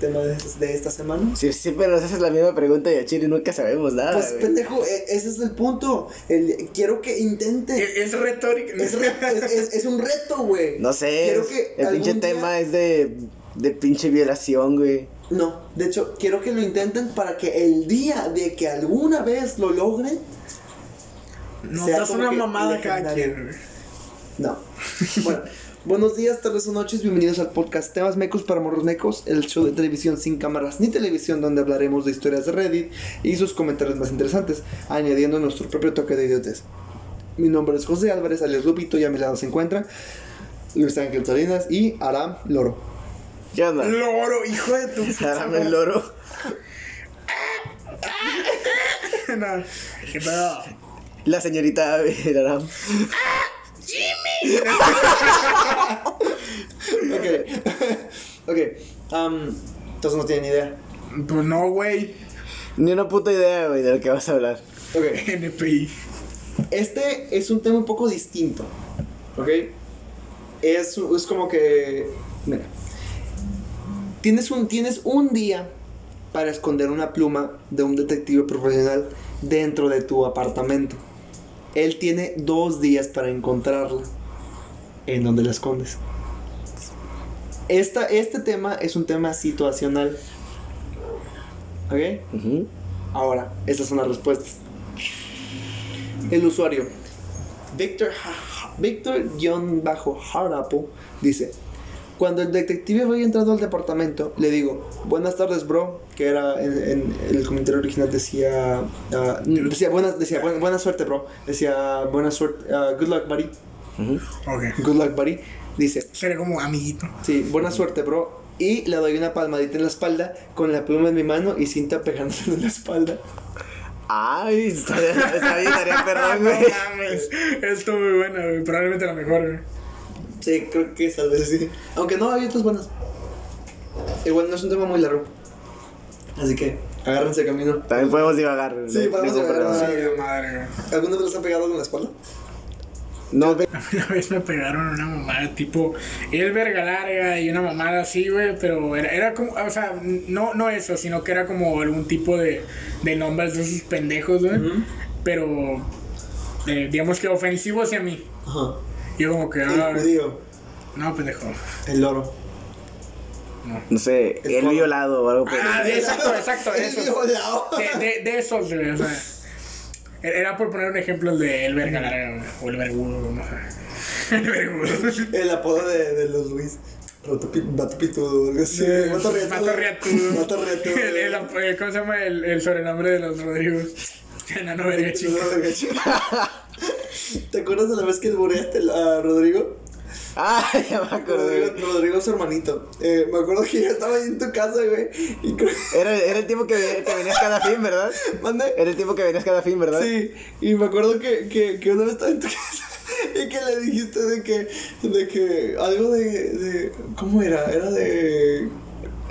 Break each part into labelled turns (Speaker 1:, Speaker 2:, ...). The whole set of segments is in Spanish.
Speaker 1: de esta semana?
Speaker 2: Sí, siempre nos haces la misma pregunta y a Chiri nunca sabemos nada.
Speaker 1: Pues
Speaker 2: güey.
Speaker 1: pendejo, e- ese es el punto. El- quiero que intente.
Speaker 3: Es retórica.
Speaker 1: Es, re- es- es- es un reto, güey.
Speaker 2: no sé,
Speaker 1: Quiero
Speaker 2: es-
Speaker 1: que
Speaker 2: el pinche
Speaker 1: algún día-
Speaker 2: tema es de, de pinche violación, güey.
Speaker 1: No, de hecho, quiero que lo intenten para que el día de que alguna vez lo logren.
Speaker 3: Nos
Speaker 1: sea
Speaker 3: das
Speaker 1: como
Speaker 3: una
Speaker 1: que
Speaker 3: mamada cada
Speaker 1: legendario.
Speaker 3: quien. güey.
Speaker 1: No. Bueno, buenos días, tardes o noches, bienvenidos al podcast Temas Mecos para Morros Mecos, el show de televisión sin cámaras ni televisión donde hablaremos de historias de Reddit y sus comentarios más interesantes, añadiendo nuestro propio toque de idiotes. Mi nombre es José Álvarez, alias Lupito, y a mi lado se encuentra Luis Ángel Salinas y Aram Loro.
Speaker 2: ¿Qué onda?
Speaker 3: Loro, hijo de tu puta
Speaker 2: Dame el
Speaker 3: madre.
Speaker 2: loro.
Speaker 3: No, ¿Qué pedo?
Speaker 2: La señorita Abby, la Aram.
Speaker 1: Ok, ok, am, entonces no tienen idea.
Speaker 3: Pues no, güey.
Speaker 2: Ni una puta idea, güey, de lo que vas a hablar.
Speaker 1: Ok,
Speaker 3: NPI.
Speaker 1: este es un tema un poco distinto, ok. Es, es como que, mira, tienes un, tienes un día para esconder una pluma de un detective profesional dentro de tu apartamento. Él tiene dos días para encontrarla. ¿En dónde la escondes? Esta, este tema es un tema situacional. ¿Ok?
Speaker 2: Ujú.
Speaker 1: Ahora, estas son las respuestas. El usuario Victor, Víctor-Harapo dice: Cuando el detective había entrado al departamento, le digo, Buenas tardes, bro. Que era en, en el comentario original decía, ah, decía, buena, decía "Buena- buena suerte, bro. Decía, Buena suerte, ah, good luck, buddy.
Speaker 2: Ujú.
Speaker 3: Ok.
Speaker 1: Good luck, buddy. Dice,
Speaker 3: Sería como amiguito.
Speaker 1: Sí, buena suerte, bro. Y le doy una palmadita en la espalda con la pluma en mi mano y cinta pegándose en la espalda.
Speaker 2: Ay, está bien, está bien, estaría perrón,
Speaker 3: Ah, no
Speaker 2: güey.
Speaker 3: mames. Esto muy bueno, güey. Probablemente la mejor, güey.
Speaker 1: Sí, creo que tal vez sí. Aunque no, hay otras buenas. Igual no es un tema muy largo. Así que, agárrense camino.
Speaker 2: También podemos divagar. güey,
Speaker 1: Sí,
Speaker 2: no hay
Speaker 1: podemos
Speaker 2: ningún
Speaker 1: divagar,
Speaker 2: problema.
Speaker 1: sí.
Speaker 3: Ay, madre,
Speaker 1: ¿Alguno de los han pegado con la espalda?
Speaker 2: No, ve-
Speaker 3: güey. Una vez me pegaron una mamada tipo el verga larga y una mamada así, güey, pero era, era como, o sea, no, no eso, sino que era como algún tipo de, de nombres de esos pendejos, güey. Pero eh, digamos que ofensivo hacia mí.
Speaker 1: Ajá.
Speaker 3: Yo como que ah,
Speaker 1: El judío,
Speaker 3: no, pendejo.
Speaker 1: el loro.
Speaker 2: no sé,
Speaker 1: El
Speaker 2: el
Speaker 1: codo.
Speaker 2: violado o algo por
Speaker 3: Ah, de- exacto, exacto,
Speaker 1: El
Speaker 3: eso.
Speaker 1: violado.
Speaker 3: De, de, de esos, güey, o sea. er- Era por poner un ejemplo el de el verga larga, güey, o el vergudo, no sé. El vergudo.
Speaker 1: El apodo de, de los Luis. Rotopi- Batopitudo, algo así. Vato riatudo.
Speaker 3: Mato Riatudo.
Speaker 1: Vato riatudo.
Speaker 3: El- el- el- ¿Cómo se llama el, el sobrenombre de los Rodrigos? Enano verga chico.
Speaker 1: ¿Te acuerdas de la vez que alboreaste a Rodrigo?
Speaker 2: Ah, ya me acordé.
Speaker 1: Rodrigo,
Speaker 2: güey.
Speaker 1: Rodrigo es su hermanito. Eh, me acuerdo que yo estaba ahí en tu casa, güey. Y creo...
Speaker 2: Era, era el tiempo que, ve- que venías cada fin, ¿verdad?
Speaker 1: ¿Mande?
Speaker 2: Era el tiempo que venías cada fin, ¿verdad?
Speaker 1: Sí, y me acuerdo que, que, que una vez estaba en tu casa y que le dijiste de que, de que algo de, de. ¿Cómo era? Era de.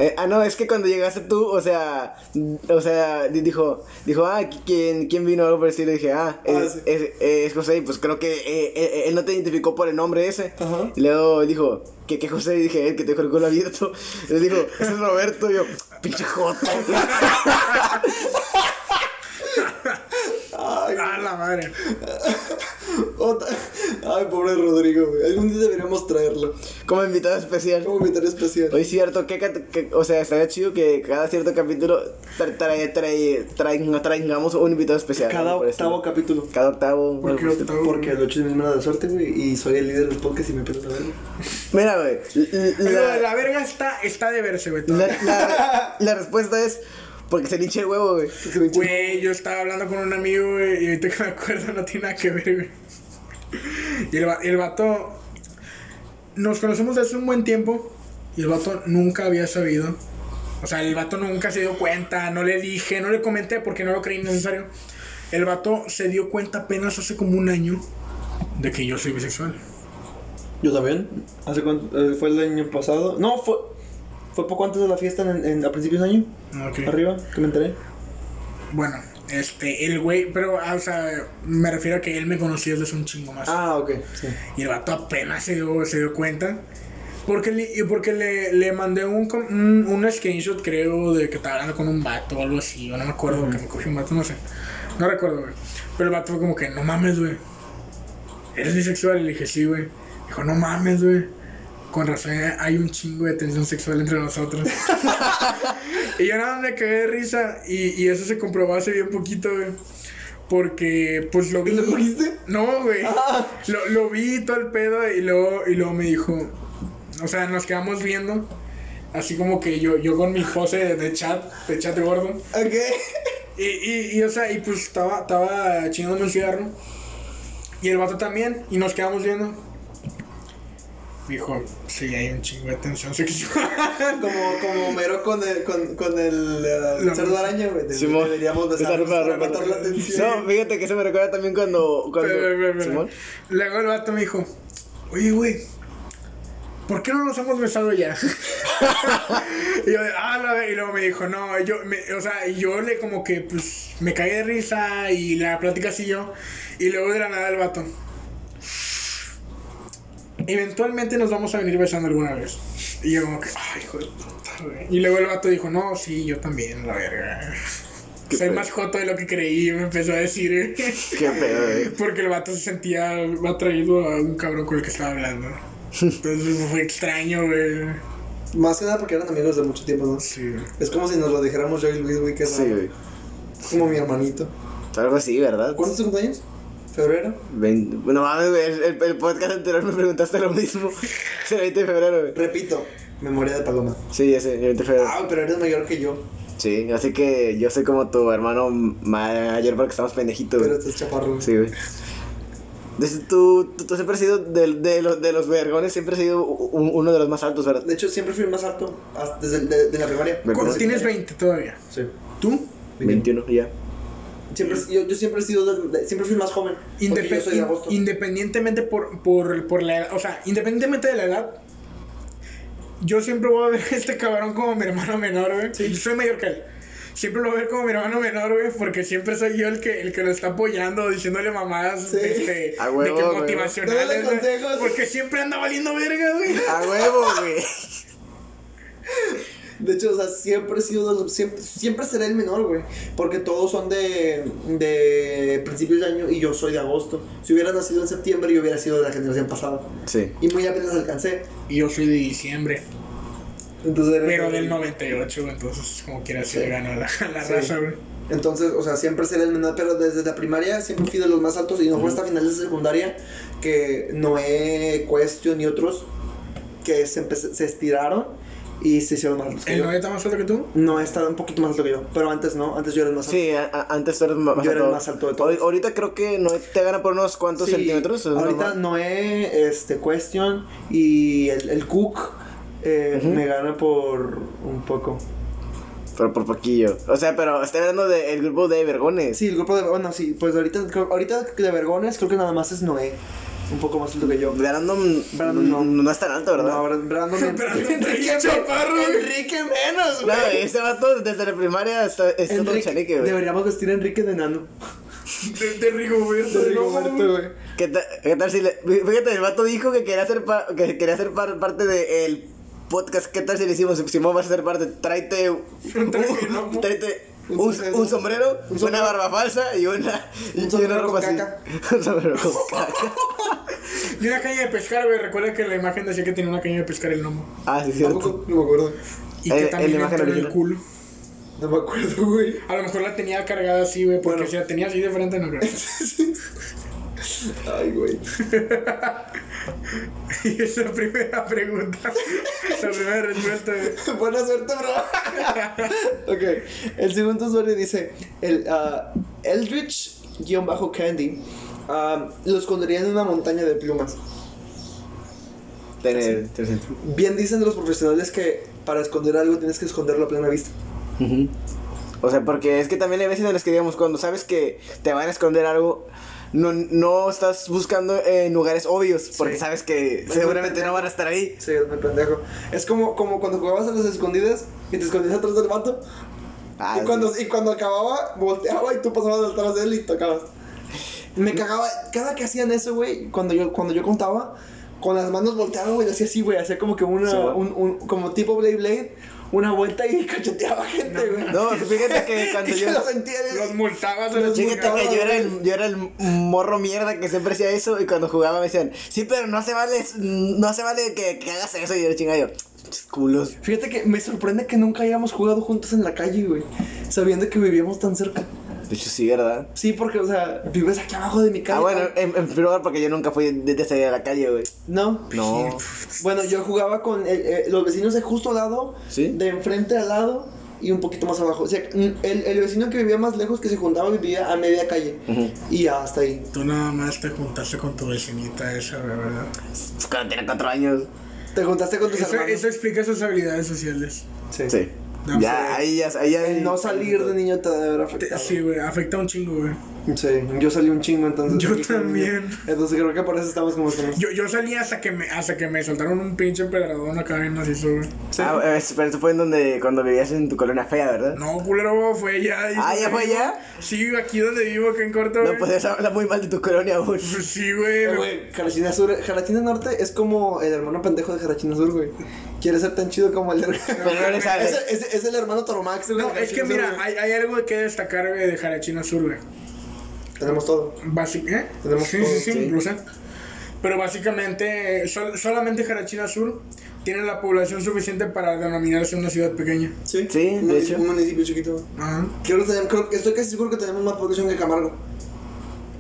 Speaker 2: Eh, ah, no, es que cuando llegaste tú, o sea, mm, o sea, di- dijo, dijo, ah, qui- ¿quién, quién vino o algo por el estilo? Y dije, ah, es,
Speaker 1: Ah, sí.
Speaker 2: es, es José, y pues creo que eh, eh, él no te identificó por el nombre ese.
Speaker 1: Ajá.
Speaker 2: Y luego dijo, ¿qué, qué José? Y dije, él que te dejó el culo abierto. Y le dijo, ese es Roberto, y yo, pinche Jota.
Speaker 1: Ay,
Speaker 3: Ah, la madre.
Speaker 1: otra- Ay, pobre Rodrigo, güey. Algún día deberíamos traerlo.
Speaker 2: Como invitado especial.
Speaker 1: Como invitado especial.
Speaker 2: Hoy es cierto, que, cat- que- o sea, estaría chido que cada cierto capítulo tra- trae- trae- traen- traigamos un invitado especial.
Speaker 1: Cada
Speaker 2: algo por el
Speaker 1: octavo
Speaker 2: estilo.
Speaker 1: capítulo.
Speaker 2: Cada octavo.
Speaker 3: ¿Por qué
Speaker 2: algo por el
Speaker 3: octavo?
Speaker 1: Porque el 8 es mi hermana de la suerte, güey. Y soy el líder del podcast y me pierdo la verga.
Speaker 2: Mira, güey. l-
Speaker 3: Lo
Speaker 2: l-
Speaker 3: de La,
Speaker 2: La,
Speaker 3: verga está, está de verse, güey.
Speaker 2: la,
Speaker 3: todavía.
Speaker 2: la- la respuesta es porque se le hincha el huevo, güey.
Speaker 1: Porque me eché-
Speaker 3: Güey, yo estaba hablando con un amigo, güey, y ahorita que me acuerdo no tiene nada que ver, güey. Y el, va- el vato. Nos conocemos desde hace un buen tiempo y el vato nunca había sabido. O sea, el vato nunca se dio cuenta, no le dije, no le comenté porque no lo creí necesario. El vato se dio cuenta apenas hace como un año de que yo soy bisexual.
Speaker 1: Yo también. ¿Hace cuánto? eh, ¿Fue el año pasado? No, fue. Fue poco antes de la fiesta, en, en- a principios de año.
Speaker 3: Ok.
Speaker 1: Arriba, que me enteré.
Speaker 3: Bueno, este, el güey, pero, ah, o sea, me refiero a que él me conocía desde hace un chingo más.
Speaker 1: Ah, ok. Sí.
Speaker 3: Y el vato apenas se dio, se dio cuenta. Porque, le, y porque le, le mandé un, com- un, un screenshot, creo, de que estaba hablando con un vato o algo así. Yo no me acuerdo, que me cogió un vato, no sé. No recuerdo, güey. Pero el vato fue como que, no mames, güey. ¿Eres bisexual? Y le dije, sí, güey. Dijo, no mames, güey. Con razón, eh, hay un chingo de tensión sexual entre nosotros. y yo nada más me cagué de risa. Y, y eso se comprobó hace bien poquito, güey. Porque, pues lo vi.
Speaker 1: ¿Lo cogiste?
Speaker 3: No, güey.
Speaker 1: Ah.
Speaker 3: Lo, lo vi todo el pedo y luego, y luego me dijo. O sea, nos quedamos viendo. Así como que yo, yo con mi pose de, de chat, de chat gordo.
Speaker 1: Ok.
Speaker 3: Y, y, y, o sea, y pues estaba, estaba chingándome un cigarro. Y el vato también. Y nos quedamos viendo. Dijo, sí, hay un chingo de tensión sexual.
Speaker 1: Como, como Homero con el, con, con el eh,
Speaker 3: La-
Speaker 1: cerdo araña, güey. De-
Speaker 2: Simón.
Speaker 1: Deberíamos
Speaker 2: Besar
Speaker 1: besarnos
Speaker 2: para
Speaker 1: para
Speaker 2: romper-
Speaker 1: matar la tensión.
Speaker 2: No, fíjate que eso me recuerda también cuando. cuando
Speaker 3: Espera, espera, espera.
Speaker 2: Simón.
Speaker 3: Luego el vato me dijo, oye, güey, ¿por qué no nos hemos besado ya? y yo, de, ah, la ve-". y luego me dijo, no, yo, me- o sea, y yo le como que, pues, me cagué de risa y la plática siguió. Y luego de la nada el vato. Eventualmente nos vamos a venir besando alguna vez. Y yo como que, ay, hijo de puta, güey". Y luego el vato dijo, no, sí, yo también, la verga.
Speaker 2: Qué
Speaker 3: Soy
Speaker 2: pedo.
Speaker 3: más joto de lo que creí, me empezó a decir. güey.
Speaker 2: Qué pedo, güey.
Speaker 3: Porque el vato se sentía atraído a un cabrón con el que estaba hablando. Entonces pues, fue extraño, güey.
Speaker 1: Más que nada porque eran amigos de mucho tiempo, ¿no?
Speaker 3: Sí.
Speaker 1: Es como si nos lo dijéramos yo y Luis, güey, que es
Speaker 2: Sí, güey.
Speaker 1: como mi hermanito.
Speaker 2: Algo así, ¿verdad?
Speaker 1: ¿Cuándo es tu cumpleaños? ¿Febrero?
Speaker 2: Vein- No mames, güey. El, el- el podcast anterior me preguntaste lo mismo. Es el 20 de febrero, güey.
Speaker 1: Repito, memoria de paloma.
Speaker 2: Sí, ese, el 20 de febrero.
Speaker 1: Ah, pero eres mayor que yo,
Speaker 2: Sí, así que yo soy como tu hermano mayor porque estamos pendejitos,
Speaker 1: pero
Speaker 2: güey.
Speaker 1: estás chaparro. güey.
Speaker 2: Sí, güey. De hecho, Tú, tú, tú siempre has sido de, de los, de los vergones, siempre has sido u- u- uno de los más altos, ¿verdad?
Speaker 1: De hecho, siempre fui más alto hasta- desde el- de, de la primaria.
Speaker 2: Me
Speaker 3: Cu-
Speaker 2: parece-
Speaker 3: Tienes 20 todavía.
Speaker 1: Sí.
Speaker 3: ¿Tú?
Speaker 2: 21 ya.
Speaker 1: Siempre, yo, yo siempre he sido, del- de- siempre fui más joven. Porque
Speaker 3: Indepe-
Speaker 1: yo soy de agosto.
Speaker 3: independientemente por, por, por la edad. O sea, independientemente de la edad. Yo siempre voy a ver a este cabrón como mi hermano menor, güey. Yo soy mayor que él. Siempre lo voy a ver como mi hermano menor, güey, porque siempre soy yo el que, el que lo está apoyando, diciéndole mamadas
Speaker 1: Sí.
Speaker 3: este,
Speaker 2: A huevo,
Speaker 3: de que
Speaker 2: güey.
Speaker 3: motivacionales.
Speaker 1: Dándole
Speaker 3: güey,
Speaker 1: consejos.
Speaker 3: Porque siempre anda valiendo verga, güey.
Speaker 2: A huevo, güey.
Speaker 1: De hecho, o sea, siempre he sido, de los- siempre, siempre seré el menor, güey. Porque todos son de, de principios de año y yo soy de agosto. Si hubiera nacido en septiembre, yo hubiera sido de la generación pasada.
Speaker 2: Sí.
Speaker 1: Y muy apenas alcancé.
Speaker 3: Y yo soy de diciembre,
Speaker 1: Entonces, era-
Speaker 3: pero del 98, güey, entonces como quiera se
Speaker 1: Sí.
Speaker 3: le gana a la, a la
Speaker 1: Sí.
Speaker 3: raza, güey.
Speaker 1: Entonces, o sea, siempre seré el menor, pero desde la primaria siempre fui de los más altos y no fue hasta finales de secundaria que Noé, Question y otros que se, empe- se estiraron y se hicieron más altos que
Speaker 3: ¿El
Speaker 1: yo.
Speaker 3: novio está más alto que tú?
Speaker 1: No, estaba un poquito más alto que yo, pero antes no, antes yo era el más alto.
Speaker 2: Sí, a- a- antes tú eras más
Speaker 1: Yo
Speaker 2: alto.
Speaker 1: era el más alto de todos.
Speaker 2: Ahori- Ahorita creo que no te gana por unos cuantos
Speaker 1: Sí,
Speaker 2: centímetros. ¿es
Speaker 1: Ahorita
Speaker 2: normal?
Speaker 1: Noé, este, Question y el, el Cook eh,
Speaker 2: Ujú.
Speaker 1: me ganan por un poco.
Speaker 2: Pero por poquillo. O sea, pero estoy hablando del grupo de vergones.
Speaker 1: Sí, el grupo de. Bueno, sí, pues ahorita, creo- ahorita de Vergones creo que nada más es Noé. Un poco más alto que yo.
Speaker 2: Brandon,
Speaker 1: Brandon no.
Speaker 2: no. no es tan alto, ¿verdad?
Speaker 1: No,
Speaker 2: No,
Speaker 1: Bra- Brandon.
Speaker 3: Brandon Enrique Chaparro, güey.
Speaker 1: Enrique menos,
Speaker 2: ese este vato desde la primaria está, está todo
Speaker 1: Enrique-
Speaker 2: chaleque, güey.
Speaker 1: deberíamos vestir a Enrique de nano.
Speaker 3: De, de Rigoberto,
Speaker 1: De
Speaker 3: ¿no?
Speaker 1: Rigoberto, güey.
Speaker 2: ¿Qué, ta- qué tal si le... Fíjate, el vato dijo que quería ser, pa- que quería ser par- parte del podcast. ¿Qué tal si le hicimos? Simón, vas a ser parte. Tráete...
Speaker 3: Un traje, ¿no?
Speaker 2: tráete
Speaker 1: Un
Speaker 2: un,
Speaker 1: sombrero.
Speaker 2: un sombrero,
Speaker 1: Un
Speaker 2: una
Speaker 1: sombrero.
Speaker 2: barba falsa y una... y
Speaker 1: Un sombrero
Speaker 2: una ropa
Speaker 1: con
Speaker 2: así.
Speaker 1: caca.
Speaker 2: un sombrero con caca.
Speaker 3: Y una caña de pescar, güey. Recuerda que la imagen decía que tenía una caña de pescar el gnomo.
Speaker 2: Ah, sí,
Speaker 1: ¿A
Speaker 2: cierto.
Speaker 1: poco? No me acuerdo.
Speaker 3: Y
Speaker 2: Eh,
Speaker 3: que
Speaker 2: eh, la
Speaker 3: también
Speaker 2: imagen
Speaker 3: entró en el
Speaker 2: original.
Speaker 3: culo.
Speaker 1: No me acuerdo, güey.
Speaker 3: A lo mejor la tenía cargada así, güey, porque
Speaker 1: Bueno.
Speaker 3: si la tenía así de frente no creo.
Speaker 1: Ay, güey.
Speaker 3: y esa primera pregunta, la primera respuesta, güey.
Speaker 1: Buena suerte, bro. ok. El segundo usuario dice: el, ah, Eldritch-Candy ah, lo escondería en una montaña de plumas.
Speaker 2: Tener... tener-
Speaker 1: Bien dicen los profesionales que para esconder algo tienes que esconderlo a plena vista.
Speaker 2: Ujú. O sea, porque es que también hay veces en las que, digamos, cuando sabes que te van a esconder algo, no, no estás buscando en lugares obvios, porque
Speaker 1: Sí.
Speaker 2: sabes que seguramente no van a estar ahí.
Speaker 1: Sí, es muy pendejo. Es como, como cuando jugabas a las escondidas y te escondías atrás del vato.
Speaker 2: Ah,
Speaker 1: y, cuando,
Speaker 2: sí.
Speaker 1: y cuando acababa, volteaba y tú pasabas detrás
Speaker 2: Mm.
Speaker 1: de él y tocabas. Me cagaba. Cada que hacían eso, güey, cuando yo, cuando yo contaba, con las manos volteaba, güey, hacía así, güey, hacía como que una,
Speaker 2: Sí, güey.
Speaker 1: un, un- como tipo Blade Blade, una vuelta y cacheteaba gente, güey.
Speaker 2: No, fíjate que cuando
Speaker 1: y
Speaker 2: yo.
Speaker 1: se lo sentía en el-
Speaker 3: Los multabas a los
Speaker 2: Fíjate
Speaker 3: multabas.
Speaker 2: que yo era, el, yo era el morro mierda que siempre hacía eso y cuando jugaba me decían, sí, pero no se vale, no se vale que, que hagas eso y yo chinga yo, "Pinches culos.
Speaker 1: Fíjate que me sorprende que nunca hayamos jugado juntos en la calle, güey, sabiendo que vivíamos tan cerca.
Speaker 2: De hecho sí, ¿verdad?
Speaker 1: Sí, porque, o sea, vives aquí abajo de mi casa.
Speaker 2: Ah, bueno, en, en primer lugar porque yo nunca fui desde salir a la calle, güey.
Speaker 1: No.
Speaker 2: No.
Speaker 1: Bueno, yo jugaba con el- eh, los vecinos de justo al lado,
Speaker 2: ¿Sí?
Speaker 1: de enfrente al lado y un poquito más abajo. O sea, mm, el, el vecino que vivía más lejos que se juntaba vivía a media calle.
Speaker 2: Ujú.
Speaker 1: Y ya hasta ahí.
Speaker 3: Tú nada más te juntaste con tu vecinita esa, güey, ¿verdad?
Speaker 2: Pues Cuando tenía cuatro años.
Speaker 1: Te juntaste con tus
Speaker 3: Eso,
Speaker 1: hermanos.
Speaker 3: eso explica sus habilidades sociales.
Speaker 1: Sí.
Speaker 2: Sí.
Speaker 3: No,
Speaker 2: Ya,
Speaker 3: sí.
Speaker 2: ahí ya, ahí ya.
Speaker 1: El no salir de niño te debe haber
Speaker 3: Te-
Speaker 1: afectado.
Speaker 3: Sí, güey, afecta un chingo, güey.
Speaker 1: Sí, yo salí un chingo entonces.
Speaker 3: Yo
Speaker 1: salí con niño.
Speaker 3: también.
Speaker 1: Entonces creo que por eso estamos como estamos.
Speaker 3: Yo, yo salí hasta que me hasta que me soltaron un pinche pedradón acá bien macizo, güey.
Speaker 1: Sí.
Speaker 2: Ah, eh, pero eso fue en donde, cuando vivías en tu colonia fea, ¿verdad?
Speaker 3: No, culero, fue allá. ahí
Speaker 2: Ah,
Speaker 3: donde
Speaker 2: ¿ya fue
Speaker 3: vivo.
Speaker 2: allá?
Speaker 3: Sí, aquí donde vivo, acá en corto,
Speaker 2: No,
Speaker 3: güey.
Speaker 2: pues eso habla muy mal de tu colonia aún.
Speaker 3: Pues sí, güey.
Speaker 1: Eh,
Speaker 3: me-
Speaker 1: güey, Jarachina Sur, Jarachina Norte es como el hermano pendejo de Jarachina Sur, güey. Quiere ser tan chido como el de...
Speaker 2: Pero no le sabes.
Speaker 1: Es, es- es el hermano Toromax, güey.
Speaker 3: No,
Speaker 1: de
Speaker 3: es que
Speaker 1: Jarachina Sur,
Speaker 3: mira,
Speaker 1: güey.
Speaker 3: hay, hay algo que destacar, güey, de Jarachina Sur, güey.
Speaker 1: Tenemos todo.
Speaker 3: Básic ¿eh?
Speaker 1: Tenemos
Speaker 3: sí,
Speaker 1: todo,
Speaker 3: sí, sí,
Speaker 1: sí.
Speaker 3: incluso. Pero básicamente, sol- solamente Jarachina Sur tiene la población suficiente para denominarse una ciudad pequeña. Ah,
Speaker 1: Sí,
Speaker 2: Sí,
Speaker 1: un
Speaker 2: de
Speaker 1: municipio-
Speaker 2: hecho.
Speaker 1: Un municipio chiquito.
Speaker 3: Ajá,
Speaker 1: Creo que tenemos, creo, estoy casi seguro que tenemos más población que Camargo.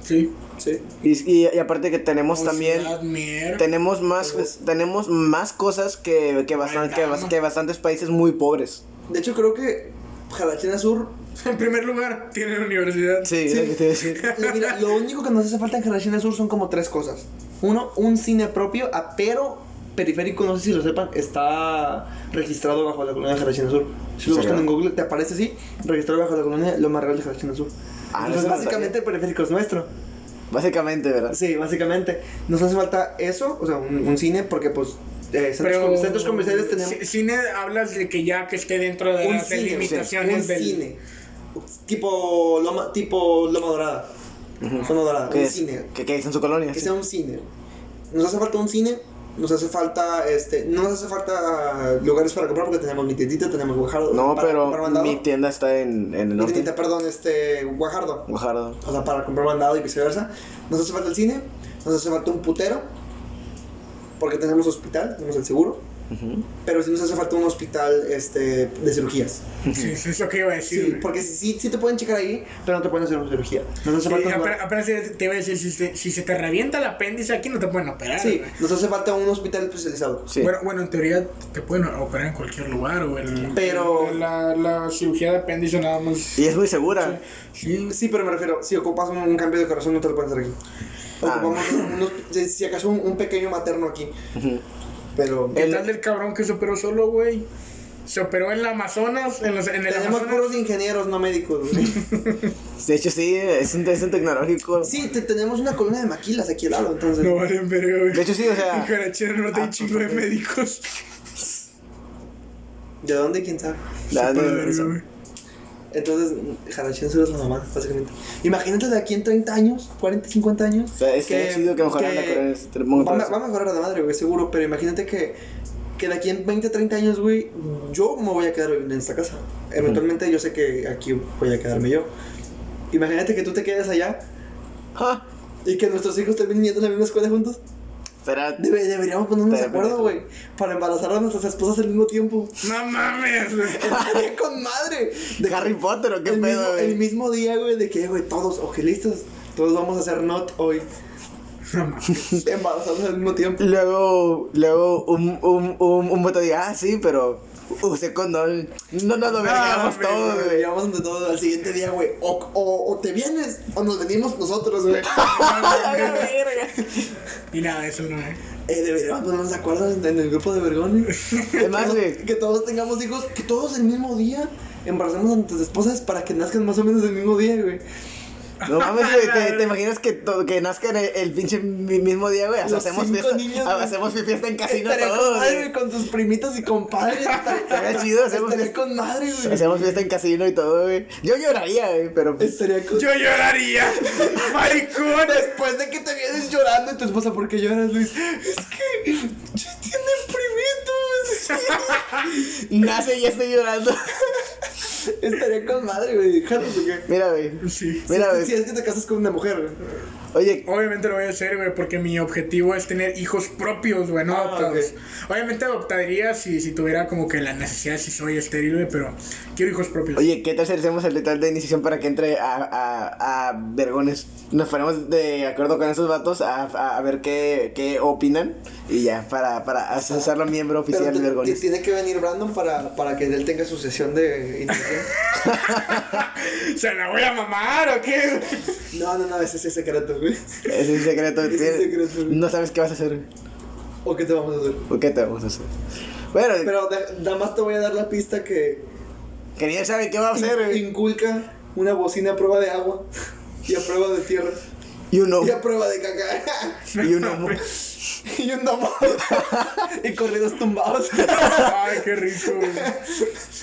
Speaker 3: sí.
Speaker 1: Sí.
Speaker 2: Y, y, y aparte que tenemos
Speaker 1: Pues
Speaker 2: también.
Speaker 3: Ciudad, mierda.
Speaker 2: Tenemos más, tenemos más cosas que, que, bastan- que, bas- que bastantes países muy pobres.
Speaker 1: De hecho, creo que Jarachina Sur.
Speaker 3: En primer lugar, tiene universidad.
Speaker 2: Sí,
Speaker 1: Sí.
Speaker 2: es lo que te iba a decir.
Speaker 1: Mira, lo único que nos hace falta en Jarachina Sur son como tres cosas. Uno, un cine propio, a- pero periférico, no sé si lo sepan, está registrado bajo la colonia de Jarachina Sur. Si lo
Speaker 2: ¿En
Speaker 1: buscan
Speaker 2: serio?
Speaker 1: en Google, te aparece así, registrado bajo la colonia, lo más real de Jarachina Sur.
Speaker 2: Ah, eso
Speaker 1: Entonces,
Speaker 2: no lo
Speaker 1: básicamente,
Speaker 2: sabía.
Speaker 1: el periférico es nuestro.
Speaker 2: Básicamente, ¿verdad?
Speaker 1: Sí, básicamente. Nos hace falta eso, o sea, un, un cine, porque pues eh, centros,
Speaker 3: Pero
Speaker 1: comer- centros comerciales tenemos.
Speaker 3: C- Cine hablas de que ya que esté dentro de
Speaker 1: un
Speaker 3: las
Speaker 1: cine,
Speaker 3: limitaciones
Speaker 1: un
Speaker 3: del
Speaker 1: cine. Tipo Loma, tipo Loma Dorada. Zona Dorada,
Speaker 2: Que
Speaker 1: un
Speaker 2: es-
Speaker 1: Pues, cine.
Speaker 2: Que, que es en su colonia.
Speaker 1: Que
Speaker 2: sí.
Speaker 1: sea un cine. Nos hace falta un cine, nos hace falta, este, no nos hace falta lugares para comprar porque tenemos mi tiendita, tenemos Guajardo.
Speaker 2: No,
Speaker 1: para comprar
Speaker 2: pero
Speaker 1: mandado.
Speaker 2: mi tienda está en, en el
Speaker 1: Mi
Speaker 2: norte.
Speaker 1: tiendita, perdón, este, Guajardo.
Speaker 2: Guajardo.
Speaker 1: O sea, para comprar mandado y viceversa. Nos hace falta el cine, nos hace falta un putero, porque tenemos hospital, tenemos el seguro.
Speaker 2: Ujú.
Speaker 1: Pero sí nos hace falta un hospital este, de cirugías.
Speaker 3: Sí, sí, es lo que iba a decir.
Speaker 1: Sí,
Speaker 3: güey.
Speaker 1: porque sí, sí, sí te pueden checar ahí, pero no te pueden hacer una cirugía. Nos hace
Speaker 3: Sí,
Speaker 1: falta un-
Speaker 3: ape- apenas te te iba a decir, si, se- si se te revienta el apéndice, aquí no te pueden operar.
Speaker 1: sí,
Speaker 3: güey.
Speaker 1: nos hace falta un hospital especializado.
Speaker 2: Sí.
Speaker 3: Bueno, bueno, en teoría te pueden operar en cualquier lugar, o el,
Speaker 1: Pero-
Speaker 3: La, la cirugía de apéndice nada más.
Speaker 2: Y es muy segura.
Speaker 3: Sí.
Speaker 1: Sí, pero me refiero, si ocupas un, un cambio de corazón, no te lo pueden hacer aquí.
Speaker 2: Ah.
Speaker 1: Ocupamos unos- si- si acaso un, un pequeño materno aquí.
Speaker 2: Ujú.
Speaker 1: Pero
Speaker 3: ¿Qué
Speaker 2: El-
Speaker 3: tal del cabrón que se operó solo, güey? Se operó en la Amazonas, en, los- en el
Speaker 1: tenemos
Speaker 3: Amazonas.
Speaker 1: puros ingenieros, no médicos. güey.
Speaker 2: De hecho, sí, es un, es un tecnológico.
Speaker 1: sí, te- tenemos una colonia de maquilas aquí al lado, entonces.
Speaker 3: No valen verga, güey.
Speaker 2: De hecho, sí, o
Speaker 3: En
Speaker 2: sea.
Speaker 3: Jarachina Norte hay
Speaker 2: Ah,
Speaker 3: chingo de médicos.
Speaker 1: ¿De dónde? ¿Quién sabe?
Speaker 2: la-
Speaker 3: Se pasa de
Speaker 2: Ah, no,
Speaker 3: verga,
Speaker 2: no,
Speaker 3: güey.
Speaker 1: Entonces, Jarachín Sur es la mamá, básicamente. Imagínate de aquí en 30 años, 40, 50 años.
Speaker 2: o sea, estaría chido que mejoraran la colonia. se te pongo
Speaker 1: Va,
Speaker 2: por
Speaker 1: va
Speaker 2: eso.
Speaker 1: a mejorar la madre, güey, seguro. Pero imagínate que, que de aquí en 20, 30 años, güey, yo me voy a quedar viviendo en esta casa. Eventualmente yo sé que aquí voy a quedarme yo. Imagínate que tú te quedes allá
Speaker 2: Ah,
Speaker 1: y que nuestros hijos terminen yendo a la misma escuela juntos.
Speaker 2: será.
Speaker 1: Debe- deberíamos ponernos de
Speaker 2: Estaría
Speaker 1: acuerdo, güey, para embarazar a nuestras esposas al mismo tiempo.
Speaker 3: No mames, güey.
Speaker 1: Estaría con madre!
Speaker 2: ¿De Harry Potter o qué
Speaker 1: el,
Speaker 2: pedo,
Speaker 1: mismo, el
Speaker 2: güey?
Speaker 1: mismo día, güey, de que, güey, todos ojelistas, todos vamos a hacer not hoy,
Speaker 3: No mames.
Speaker 1: embarazados al mismo tiempo.
Speaker 2: Luego, luego un, un, un, un voto diga, ah, sí, pero usé condón. No, no, lo vergamos
Speaker 3: hombre,
Speaker 2: todo,
Speaker 1: Nos
Speaker 2: güey.
Speaker 1: llevamos entre todos al siguiente día, güey. O, o, o te vienes o nos venimos nosotros, güey.
Speaker 3: No mames. Y nada, eso no, eh.
Speaker 1: Eh, deberíamos ponernos de acuerdo en, en el grupo de vergones.
Speaker 2: Es más, güey.
Speaker 1: Que todos tengamos hijos, que todos el mismo día embaracemos a nuestras esposas para que nazcan más o menos el mismo día, güey.
Speaker 2: No mames, güey, te, te imaginas que, to- que nazcan el, el pinche mi- mismo día, güey? Hasta
Speaker 1: Los
Speaker 2: Hacemos
Speaker 1: cinco
Speaker 2: fiesta,
Speaker 1: niños,
Speaker 2: ah,
Speaker 1: güey.
Speaker 2: hacemos fi- fiesta en casino
Speaker 1: Estaría con
Speaker 2: todos.
Speaker 1: madre,
Speaker 2: güey.
Speaker 1: güey, con tus primitos y compadres.
Speaker 2: Estaría chido, hacemos
Speaker 1: Estaría
Speaker 2: fiesta.
Speaker 1: con madre, güey.
Speaker 2: Hacemos fiesta en casino y todo, güey. Yo lloraría, güey, pero pues,
Speaker 1: Estaría con...
Speaker 3: Yo lloraría. Maricón.
Speaker 1: Después de que te vienes llorando y tu esposa, ¿por qué lloras, Luis? Es que yo tienen primitos.
Speaker 2: nace y ya estoy llorando.
Speaker 1: Estaría con madre, güey. Jalos, ¿o qué?
Speaker 2: Mira, güey.
Speaker 3: Sí.
Speaker 2: Mira,
Speaker 1: Si
Speaker 2: güey.
Speaker 1: es que te casas con una mujer.
Speaker 2: Oye,
Speaker 3: Obviamente lo voy a hacer, güey, porque mi objetivo es tener hijos propios, güey, no
Speaker 1: Ah,
Speaker 3: adoptados. Obviamente adoptaría si, si tuviera como que la necesidad, si soy estéril, güey, pero quiero hijos propios.
Speaker 2: Oye, ¿qué tal si hacemos el ritual de iniciación para que entre a, a, a vergones? Nos ponemos de acuerdo con esos vatos a, a- a ver qué, qué opinan y ya, para, para hacerlo miembro
Speaker 1: Pero
Speaker 2: oficial de
Speaker 1: te- ti-
Speaker 2: vergones.
Speaker 1: tiene que venir Brandon para, para que él tenga su sesión de iniciación.
Speaker 3: ¿Se la voy a mamar o qué?
Speaker 1: no, no, no, ese sí es secreto, güey.
Speaker 2: Es un secreto.
Speaker 1: Es un
Speaker 2: tiene-
Speaker 1: secreto, güey.
Speaker 2: No sabes qué vas a hacer
Speaker 1: ¿O qué te vamos a hacer?
Speaker 2: o qué te vamos a hacer. Bueno,
Speaker 1: Pero de- nada más te voy a dar la pista que
Speaker 2: que ni él sabe qué va a hacer. güey.
Speaker 1: inculca una bocina a prueba de agua y a prueba de tierra
Speaker 2: Y un
Speaker 1: y
Speaker 2: homo.
Speaker 1: a prueba de caca
Speaker 2: Y un homo.
Speaker 1: y un domo y corridos tumbados.
Speaker 3: Ay, qué rico, güey.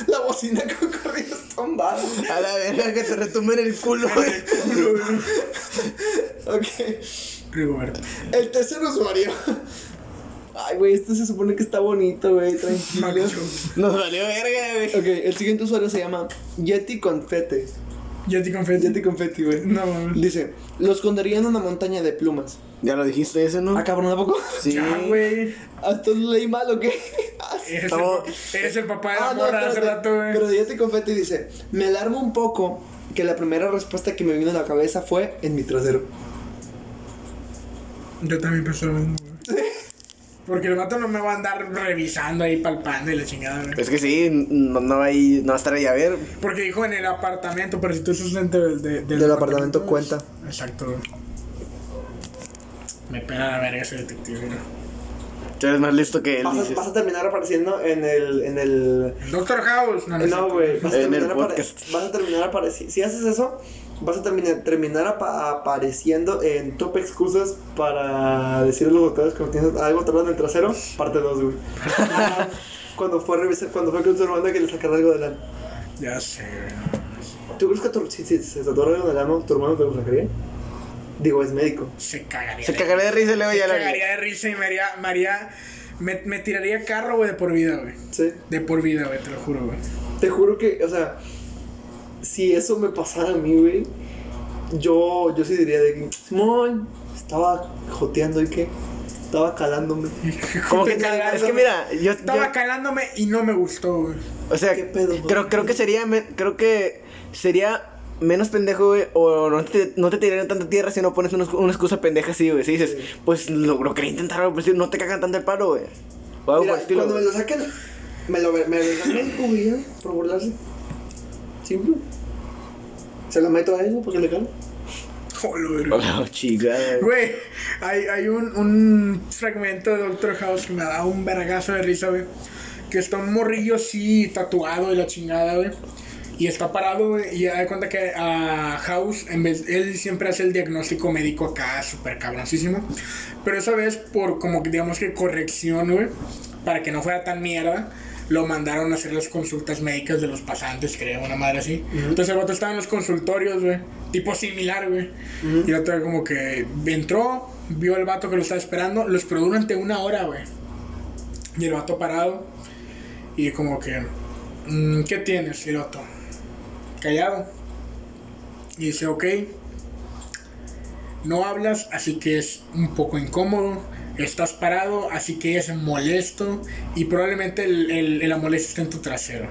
Speaker 1: La bocina con corridos tumbados.
Speaker 2: A la verga que te retumbe en el culo. güey.
Speaker 1: Ok.
Speaker 3: Rigoberto.
Speaker 1: El tercer usuario. Ay, güey, este se supone que está bonito, güey, tranquilo.
Speaker 3: Macho.
Speaker 2: Nos valió verga, güey.
Speaker 1: Ok, el siguiente usuario se llama Yeti Confete.
Speaker 3: Ya te confieso.
Speaker 1: Yeti Confetti, güey.
Speaker 3: No, mames.
Speaker 1: Dice, los condaría en una montaña de plumas.
Speaker 2: Ya lo dijiste ese, ¿no?
Speaker 1: Ah, cabrón, ¿a poco?
Speaker 2: Sí.
Speaker 3: Ya, güey.
Speaker 1: ¿Hasta leí mal o qué?
Speaker 3: Eres,
Speaker 2: Estamos-
Speaker 3: el, eres el papá de la
Speaker 1: Ah,
Speaker 3: morra hace
Speaker 1: espérate.
Speaker 3: rato, güey.
Speaker 1: Pero Yeti Confetti dice, me alarma un poco que la primera respuesta que me vino a la cabeza fue en mi trasero.
Speaker 3: Yo también pensaba lo mismo, güey. Porque el vato no me va a andar revisando ahí, palpando y la chingada, güey.
Speaker 2: Es que sí, no, no, hay, no va a estar ahí a ver.
Speaker 3: Porque dijo en el apartamento, pero si tú estás dentro del, de-
Speaker 1: Del apartamento, cuenta.
Speaker 3: Exacto. güey. Me pela la verga ese detective. güey.
Speaker 2: Tú eres más listo que él,
Speaker 1: Vas a,
Speaker 2: dices.
Speaker 1: vas a terminar apareciendo en el... En el
Speaker 3: El Doctor House. Ah, No, no, es
Speaker 1: No,
Speaker 3: cierto.
Speaker 1: güey. Vas, a
Speaker 2: En el
Speaker 1: terminar apare-
Speaker 2: podcast.
Speaker 1: vas a terminar apareciendo. Si haces eso, vas a terminar, terminar apa- apareciendo en top excusas para decir a los doctores que tienes algo atrás del trasero. Parte 2, güey. cuando fue a revisar, cuando fue con su hermano que le sacara algo del ano.
Speaker 3: Ya sé, güey.
Speaker 1: ¿Tú crees que tu- si, si se satura algo del ano, tu hermano te lo sacaría? Digo, es médico.
Speaker 3: Se cagaría.
Speaker 2: Se
Speaker 3: de-
Speaker 2: cagaría de risa y luego
Speaker 3: se
Speaker 2: ya la vi.
Speaker 3: cagaría de risa y me haría. Me, haría- me, me tiraría carro, güey, de por vida, güey.
Speaker 1: Sí.
Speaker 3: De por vida, güey, te lo juro, güey.
Speaker 1: Te juro que, o sea, si eso me pasara a mí, güey, yo, yo sí diría de que, Simón, estaba joteando y qué, estaba calándome.
Speaker 2: Como que
Speaker 3: Te
Speaker 2: te-
Speaker 3: cagaste,
Speaker 2: es que
Speaker 3: güey.
Speaker 2: mira, yo,
Speaker 3: Estaba
Speaker 2: yo-
Speaker 3: calándome y no me gustó, güey.
Speaker 2: o sea,
Speaker 1: ¿Qué pedo, güey?
Speaker 2: creo creo que sería men- creo que sería menos pendejo, güey, o no te, no te tirarían tanta tierra si no pones una, una excusa pendeja así, güey. Si dices,
Speaker 1: Sí.
Speaker 2: pues lo, lo quería intentar, güey, pues, sí, no te cagan tanto el paro, güey. O algo
Speaker 1: Mira,
Speaker 2: por el estilo,
Speaker 1: cuando me
Speaker 2: güey.
Speaker 1: lo saquen, me lo, me lo sacan en cubilla por burlarse. Simple. Se lo meto a él ¿no? porque le gano.
Speaker 3: Joder, güey.
Speaker 2: Oh, chingada, güey.
Speaker 3: Güey, hay, hay un, un fragmento de Doctor House que me da un vergazo de risa, güey. Que está un morrillo así tatuado de la chingada, güey. Y está parado, güey. Y da cuenta que a House, en vez, él siempre hace el diagnóstico médico acá, súper cabroncísimo. Pero esa vez, por como que digamos que corrección, güey, para que no fuera tan mierda, lo mandaron a hacer las consultas médicas de los pasantes, creo, una madre así. Entonces el vato estaba en los consultorios, güey, tipo similar, güey. Y el otro como que entró, vio al vato que lo estaba esperando, lo esperó durante una hora, güey. Y el vato parado, y como que, "Mm, ¿qué tienes? Y el otro, callado. Y dice, ok, no hablas, así que es un poco incómodo. Estás parado, así que es molesto. Y probablemente el, el, la molestia está en tu trasero.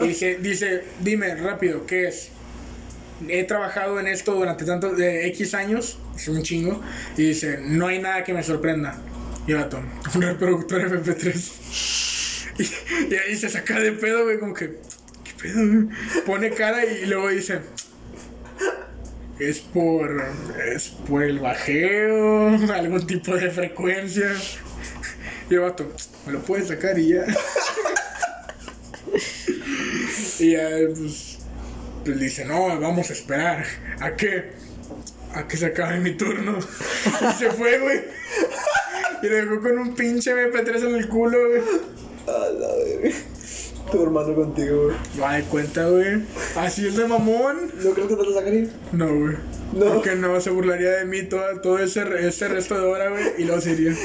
Speaker 3: Y dice, dice, dime rápido, ¿qué es? He trabajado en esto durante tantos eh, X años, es un chingo. Y dice, no hay nada que me sorprenda. Y el vato, un reproductor MP3. Y, y ahí se saca de pedo, güey, como que, ¿qué pedo? güey?". Pone cara y luego dice, es por. Es por el bajeo, algún tipo de frecuencia. Y el vato, me lo puedes sacar y ya. y ya, pues. Pues dice, no, vamos a esperar. ¿A qué? A que se acabe mi turno. y se fue, güey. Y le dejó con un pinche MP3 en el culo, güey.
Speaker 1: A la verga. Tu hermano contigo, güey.
Speaker 3: Yo me di cuenta, güey. Así es de mamón.
Speaker 1: ¿No crees que te vas a sacar?
Speaker 3: No, güey.
Speaker 1: No.
Speaker 3: Porque no se burlaría de mí todo, todo ese, re- ese resto de hora, güey. Y luego se iría.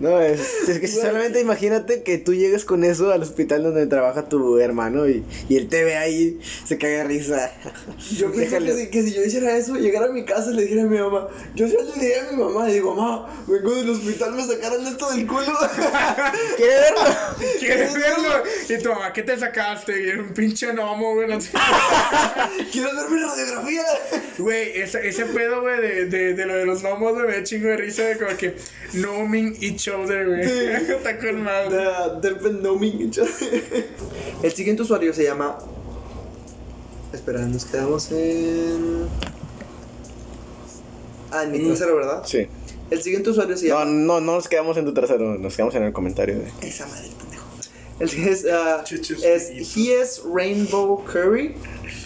Speaker 2: No, es, es que si solamente imagínate que tú llegues con eso al hospital donde trabaja tu hermano y, y él te ve ahí, se caga de risa.
Speaker 1: Yo pensé
Speaker 2: Déjale.
Speaker 1: que si, que si yo hiciera eso, llegara a mi casa y le dijera a mi mamá, yo ya le diría a mi mamá, y digo, mamá, vengo del hospital, me sacaron esto del culo.
Speaker 2: ¿Quiere verlo?
Speaker 3: ¿Quieres verlo? Y tu mamá, ¿qué te sacaste? Y era un pinche gnomo, güey. No te-
Speaker 1: Quiero hacer mi radiografía.
Speaker 3: Güey, ese, ese pedo, güey, de, de, de lo de los gnomos, güey, me da chingo de risa, güey, como que gnoming each other, güey.
Speaker 1: Sí.
Speaker 3: Está con madre.
Speaker 1: The, the phenomenon. El siguiente usuario se llama. Espera, nos quedamos en. Ah, en mi tercero, ¿verdad?
Speaker 2: Mm. Sí.
Speaker 1: El siguiente usuario se
Speaker 2: No,
Speaker 1: llama.
Speaker 2: no, no nos quedamos en tu trasero, nos quedamos en el comentario. De...
Speaker 1: Esa madre, pendejo. El que es, ah,
Speaker 3: Chichis
Speaker 1: es
Speaker 3: finitos.
Speaker 1: He is Rainbow Curry,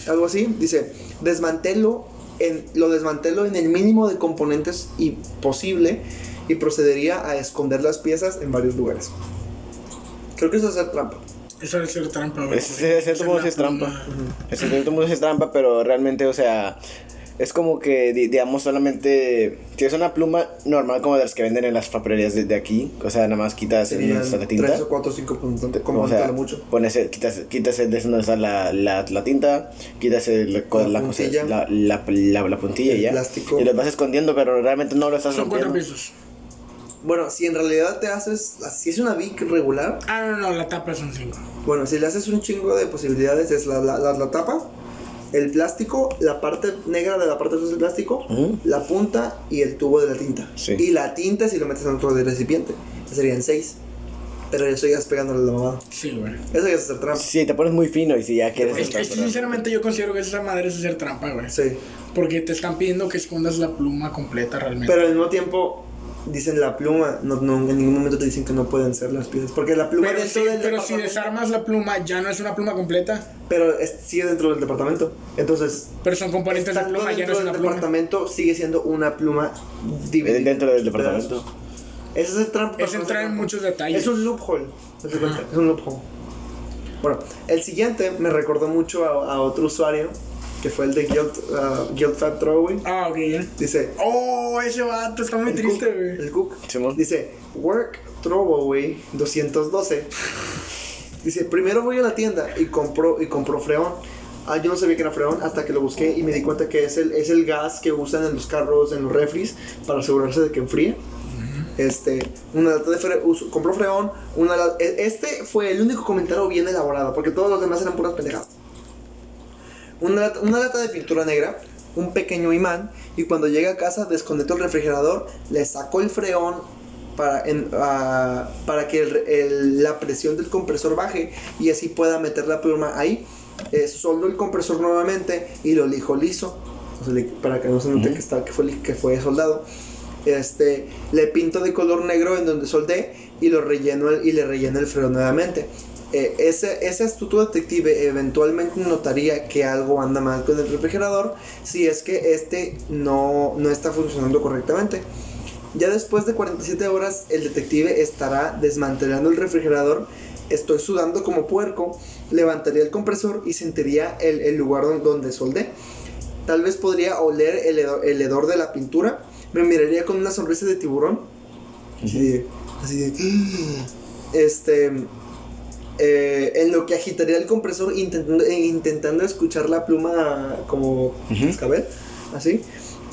Speaker 1: algo así. Dice, desmantelo, en, lo desmantelo en el mínimo de componentes y posible y procedería a esconder las piezas en varios lugares. Creo que eso es hacer trampa.
Speaker 3: Eso debe ser trampa, güey.
Speaker 2: Es, es cierto modo sí es trampa. Es en cierto modo sí es trampa, pero realmente, o sea, es como que, di- digamos, solamente. Si es una pluma normal como de las que venden en las papelerías de, de aquí, o sea, nada más quitas el donde
Speaker 1: Serían
Speaker 2: está
Speaker 1: 3
Speaker 2: la tinta.
Speaker 1: o 4 o 5 puntos, como
Speaker 2: o
Speaker 1: no
Speaker 2: sea,
Speaker 1: tarda mucho.
Speaker 2: pones el- quitas, quitas el de donde está la, la, la tinta, quitas el- la, cosa- la,
Speaker 1: puntilla.
Speaker 2: la, la, la- la puntilla
Speaker 1: El
Speaker 2: y ya.
Speaker 1: plástico.
Speaker 2: Y lo vas escondiendo, pero realmente no lo estás
Speaker 3: Son cuatro
Speaker 2: rompiendo.
Speaker 3: pisos.
Speaker 1: Bueno, si en realidad te haces, si es una Vic regular,
Speaker 3: Ah, no, no, la tapa son cinco.
Speaker 1: Bueno, si le haces un chingo de posibilidades, es la, la, la- la tapa, el plástico, la parte negra de la parte atrás del plástico,
Speaker 2: Ujú.
Speaker 1: la punta y el tubo de la tinta.
Speaker 2: Sí.
Speaker 1: Y la tinta si lo metes dentro del recipiente. Serían seis. Pero eso ya es pegándole la mamada.
Speaker 3: Sí, güey.
Speaker 1: Eso ya es hacer trampa.
Speaker 2: Sí, te pones muy fino y si ya quieres.
Speaker 3: Es, es que sinceramente yo considero que esa madre es hacer trampa, güey.
Speaker 1: Sí.
Speaker 3: Porque te están pidiendo que escondas la pluma completa realmente.
Speaker 1: Pero al mismo tiempo dicen la pluma. No, no, en ningún momento te dicen que no pueden ser las piezas. Porque la pluma
Speaker 3: Pero
Speaker 1: dentro
Speaker 3: si,
Speaker 1: del
Speaker 3: pero si
Speaker 1: departamento-
Speaker 3: desarmas la pluma, ya no es una pluma completa,
Speaker 1: Pero es- sigue dentro del departamento. Entonces,
Speaker 3: pero son componentes de
Speaker 1: estando
Speaker 3: pluma, ya no
Speaker 1: dentro
Speaker 3: este es
Speaker 1: del
Speaker 3: una pluma.
Speaker 1: departamento sigue siendo una pluma dividida.
Speaker 2: Eh, dentro del
Speaker 1: en pedazos.
Speaker 2: departamento.
Speaker 1: Ese es el trampa.
Speaker 3: Es entrar en muchos detalles.
Speaker 1: Es un loophole. haz de cuenta, Es un loophole. Bueno, el siguiente me recordó mucho a, a otro usuario, que fue el de Guild, uh, Guild Fat Throwaway.
Speaker 3: Ah, ok, ya.
Speaker 1: Dice...
Speaker 3: Oh, ese vato está muy
Speaker 1: el
Speaker 3: triste,
Speaker 1: Cook-
Speaker 3: güey.
Speaker 1: El Cook.
Speaker 2: Simón.
Speaker 1: Dice, Work Throwaway 212. Dice, primero voy a la tienda y compro, y compro freón. Ah, yo no sabía que era freón hasta que lo busqué y me di cuenta que es el, es el gas que usan en los carros, en los refris, para asegurarse de que enfríe. Este, una lata de fre uso- compró freón, una la- e- este fue el único comentario bien elaborado, porque todos los demás eran puras pendejadas. Una lata, una lata de pintura negra, un pequeño imán, y cuando llegué a casa desconectó el refrigerador, le sacó el freón para, en- ah, para que el- el- la presión del compresor baje y así pueda meter la pluma ahí. Eh, soldó el compresor nuevamente y lo lijo liso, o sea, le- para que no se note que, está, que, fue, li- que fue soldado. Este, le pinto de color negro en donde soldé y lo relleno el- y le relleno el freno nuevamente. Eh, ese, ese astuto detective eventualmente notaría que algo anda mal con el refrigerador si es que este no, no está funcionando correctamente. Ya después de 47 horas, el detective estará desmantelando el refrigerador. Estoy sudando como puerco. Levantaría el compresor y sentiría el, el lugar don- donde soldé. Tal vez podría oler el, hedo- el hedor de la pintura. Me miraría con una sonrisa de tiburón. Así de. Así de este. eh, en lo que agitaría el compresor intentando, eh, intentando escuchar la pluma como cascabel, así,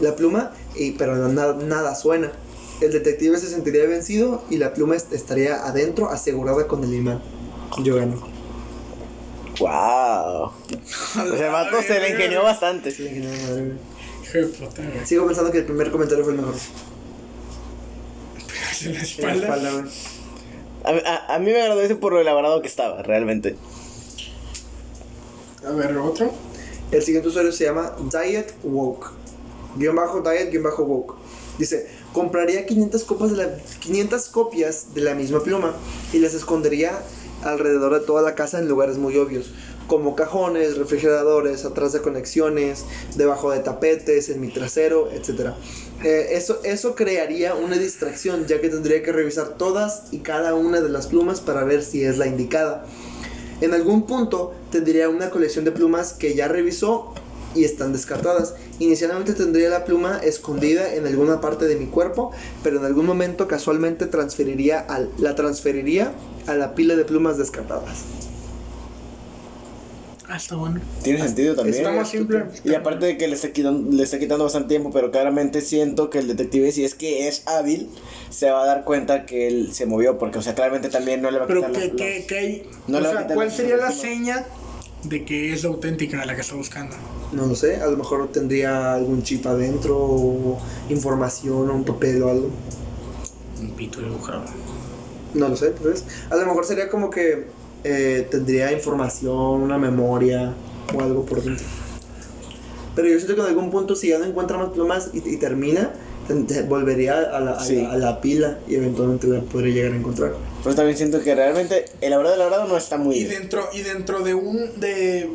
Speaker 1: la pluma, y, pero na- nada, suena. El detective se sentiría vencido y la pluma est- estaría adentro asegurada con el imán. Yo gano.
Speaker 2: ¡Wow! El vato se le ingenió bastante.
Speaker 1: Sí, que no, madre mía.
Speaker 3: Hijo de puta, güey.
Speaker 1: Sigo pensando que el primer comentario fue el mejor.
Speaker 3: Pegarse en la
Speaker 1: En la
Speaker 3: espalda.
Speaker 1: espalda, güey.
Speaker 2: A, a- a mí me agradó ese por lo elaborado que estaba, realmente.
Speaker 3: A ver, otro.
Speaker 1: El siguiente usuario se llama Diet Woke. Guión bajo Diet, guión bajo Woke. Dice, compraría 500 copias, de la, 500 copias de la misma pluma y las escondería alrededor de toda la casa en lugares muy obvios, como cajones, refrigeradores, atrás de conexiones, debajo de tapetes, en mi trasero, etc. Eh, eso, eso crearía una distracción, ya que tendría que revisar todas y cada una de las plumas para ver si es la indicada. En algún punto tendría una colección de plumas que ya revisó y están descartadas. Inicialmente tendría la pluma escondida en alguna parte de mi cuerpo, pero en algún momento casualmente transferiría al- la transferiría a la pila de plumas descartadas.
Speaker 3: Ah, está bueno.
Speaker 2: Tiene sentido también.
Speaker 3: Está más simple.
Speaker 2: Y aparte de que le está, quitando, le está quitando bastante tiempo, pero claramente siento que el detective, si es que es hábil, se va a dar cuenta que él se movió, porque, o sea, claramente también no le va a quitar
Speaker 3: Pero
Speaker 2: las-
Speaker 3: que,
Speaker 2: las-
Speaker 3: que, que hay...
Speaker 2: No
Speaker 3: o
Speaker 2: le va a
Speaker 3: sea,
Speaker 2: quitar
Speaker 3: ¿cuál
Speaker 2: las-
Speaker 3: sería la
Speaker 2: las-
Speaker 3: seña de que es la auténtica la que está buscando?
Speaker 1: No lo sé, a lo mejor tendría algún chip adentro o información o un papel o algo.
Speaker 3: Un pito dibujado.
Speaker 1: No lo sé, pues. A lo mejor sería como que eh, tendría información, una memoria o algo por dentro. Pero yo siento que en algún punto, si ya no encuentra más plumas y, y termina, ten- te- volvería a la, a
Speaker 2: Sí.
Speaker 1: la- a la pila y eventualmente la podría llegar a encontrar.
Speaker 2: Pues también siento que realmente el habrá del labrado no está muy
Speaker 3: Y
Speaker 2: bien.
Speaker 3: dentro, y dentro de un... De,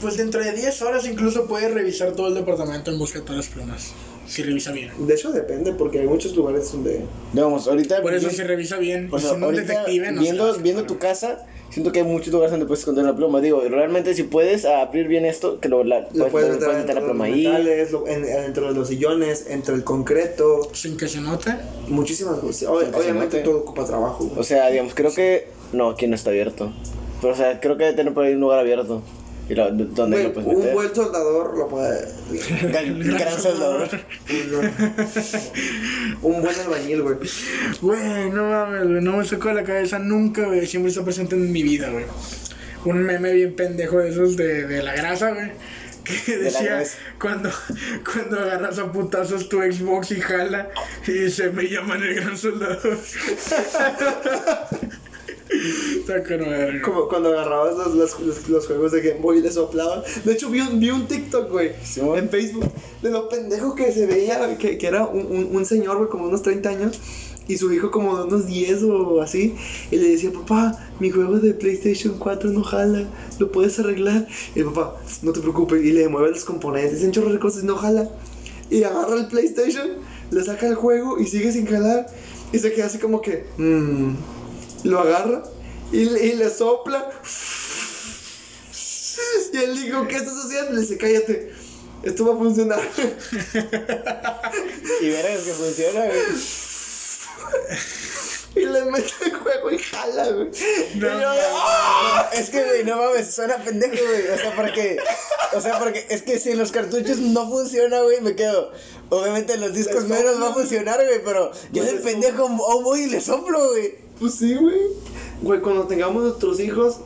Speaker 3: pues dentro de 10 horas incluso puede revisar todo el departamento en busca de todas las plumas. Si revisa bien.
Speaker 1: De hecho, depende, porque hay muchos lugares donde.
Speaker 2: Vamos, ahorita.
Speaker 3: Por eso
Speaker 2: bien-
Speaker 3: si revisa bien,
Speaker 2: o
Speaker 3: y
Speaker 2: sea,
Speaker 3: siendo un
Speaker 2: Pues ahorita,
Speaker 3: detective, no
Speaker 2: viendo,
Speaker 3: se la-
Speaker 2: viendo tu casa, siento que hay muchos lugares donde puedes esconder la pluma. Digo, realmente si puedes abrir bien esto, que lo la,
Speaker 1: Lo
Speaker 2: puedes,
Speaker 1: puedes
Speaker 2: puedes
Speaker 1: meter
Speaker 2: meter la
Speaker 1: dentro de
Speaker 2: pluma
Speaker 1: los
Speaker 2: ahí.
Speaker 1: metales, lo- en- dentro de los sillones, entre el concreto,
Speaker 3: Sin que se note.
Speaker 1: muchísimas cosas. Ob-
Speaker 2: Impresionante.
Speaker 1: obviamente todo ocupa trabajo. güey.
Speaker 2: O sea, digamos, creo que. No, aquí no está abierto. Pero, o sea, creo que debe tener por ahí un lugar abierto. Y lo- donde
Speaker 1: Güey,
Speaker 2: lo puedes
Speaker 1: un
Speaker 2: meter.
Speaker 1: buen soldador lo puede.
Speaker 2: Gran, gran soldador.
Speaker 1: un buen albañil, güey.
Speaker 3: Güey, no mames, güey, no me sacó de la cabeza nunca, güey. Siempre está presente en mi vida, güey. Un meme bien pendejo de esos de, de la grasa, güey. Que
Speaker 2: la
Speaker 3: decía,
Speaker 2: grasa.
Speaker 3: cuando, cuando agarras a putazos tu Xbox y jala, y se me llaman el gran soldado. Está con madre, güey.
Speaker 1: Como cuando agarrabas los, los, los- los juegos de Game Boy y le soplaban. De hecho, vi un, vi un TikTok, güey,
Speaker 2: Sí, güey.
Speaker 1: en Facebook, de lo pendejo que se veía, güey, que, que era un, un- un señor, güey, como unos 30 años, y su hijo como de unos 10 o así, y le decía, papá, mi juego de PlayStation 4 no jala, ¿lo puedes arreglar? Y el papá, no te preocupes, y le mueve los componentes, un chorro de cosas y no jala. Y agarra el PlayStation, le saca el juego y sigue sin jalar, y se queda así como que, mmm, lo agarra. Y le, y le sopla y él dijo, ¿qué estás haciendo? Le dice, cállate, esto va a funcionar.
Speaker 2: Y verás que funciona, güey.
Speaker 1: Y le mete el juego y jala, güey. Y yo,
Speaker 3: mames.
Speaker 1: ¡ah!
Speaker 2: Es que, güey, no mames, suena pendejo, güey. O sea, porque. O sea, porque es que si los cartuchos no funciona, güey, me quedo. Obviamente los discos
Speaker 1: Le
Speaker 2: menos
Speaker 1: soplo.
Speaker 2: va a funcionar, güey, pero yo
Speaker 1: Le
Speaker 2: de
Speaker 1: soplo.
Speaker 2: pendejo oh, voy y le soplo, güey.
Speaker 1: Pues sí, güey. Güey, cuando tengamos nuestros hijos,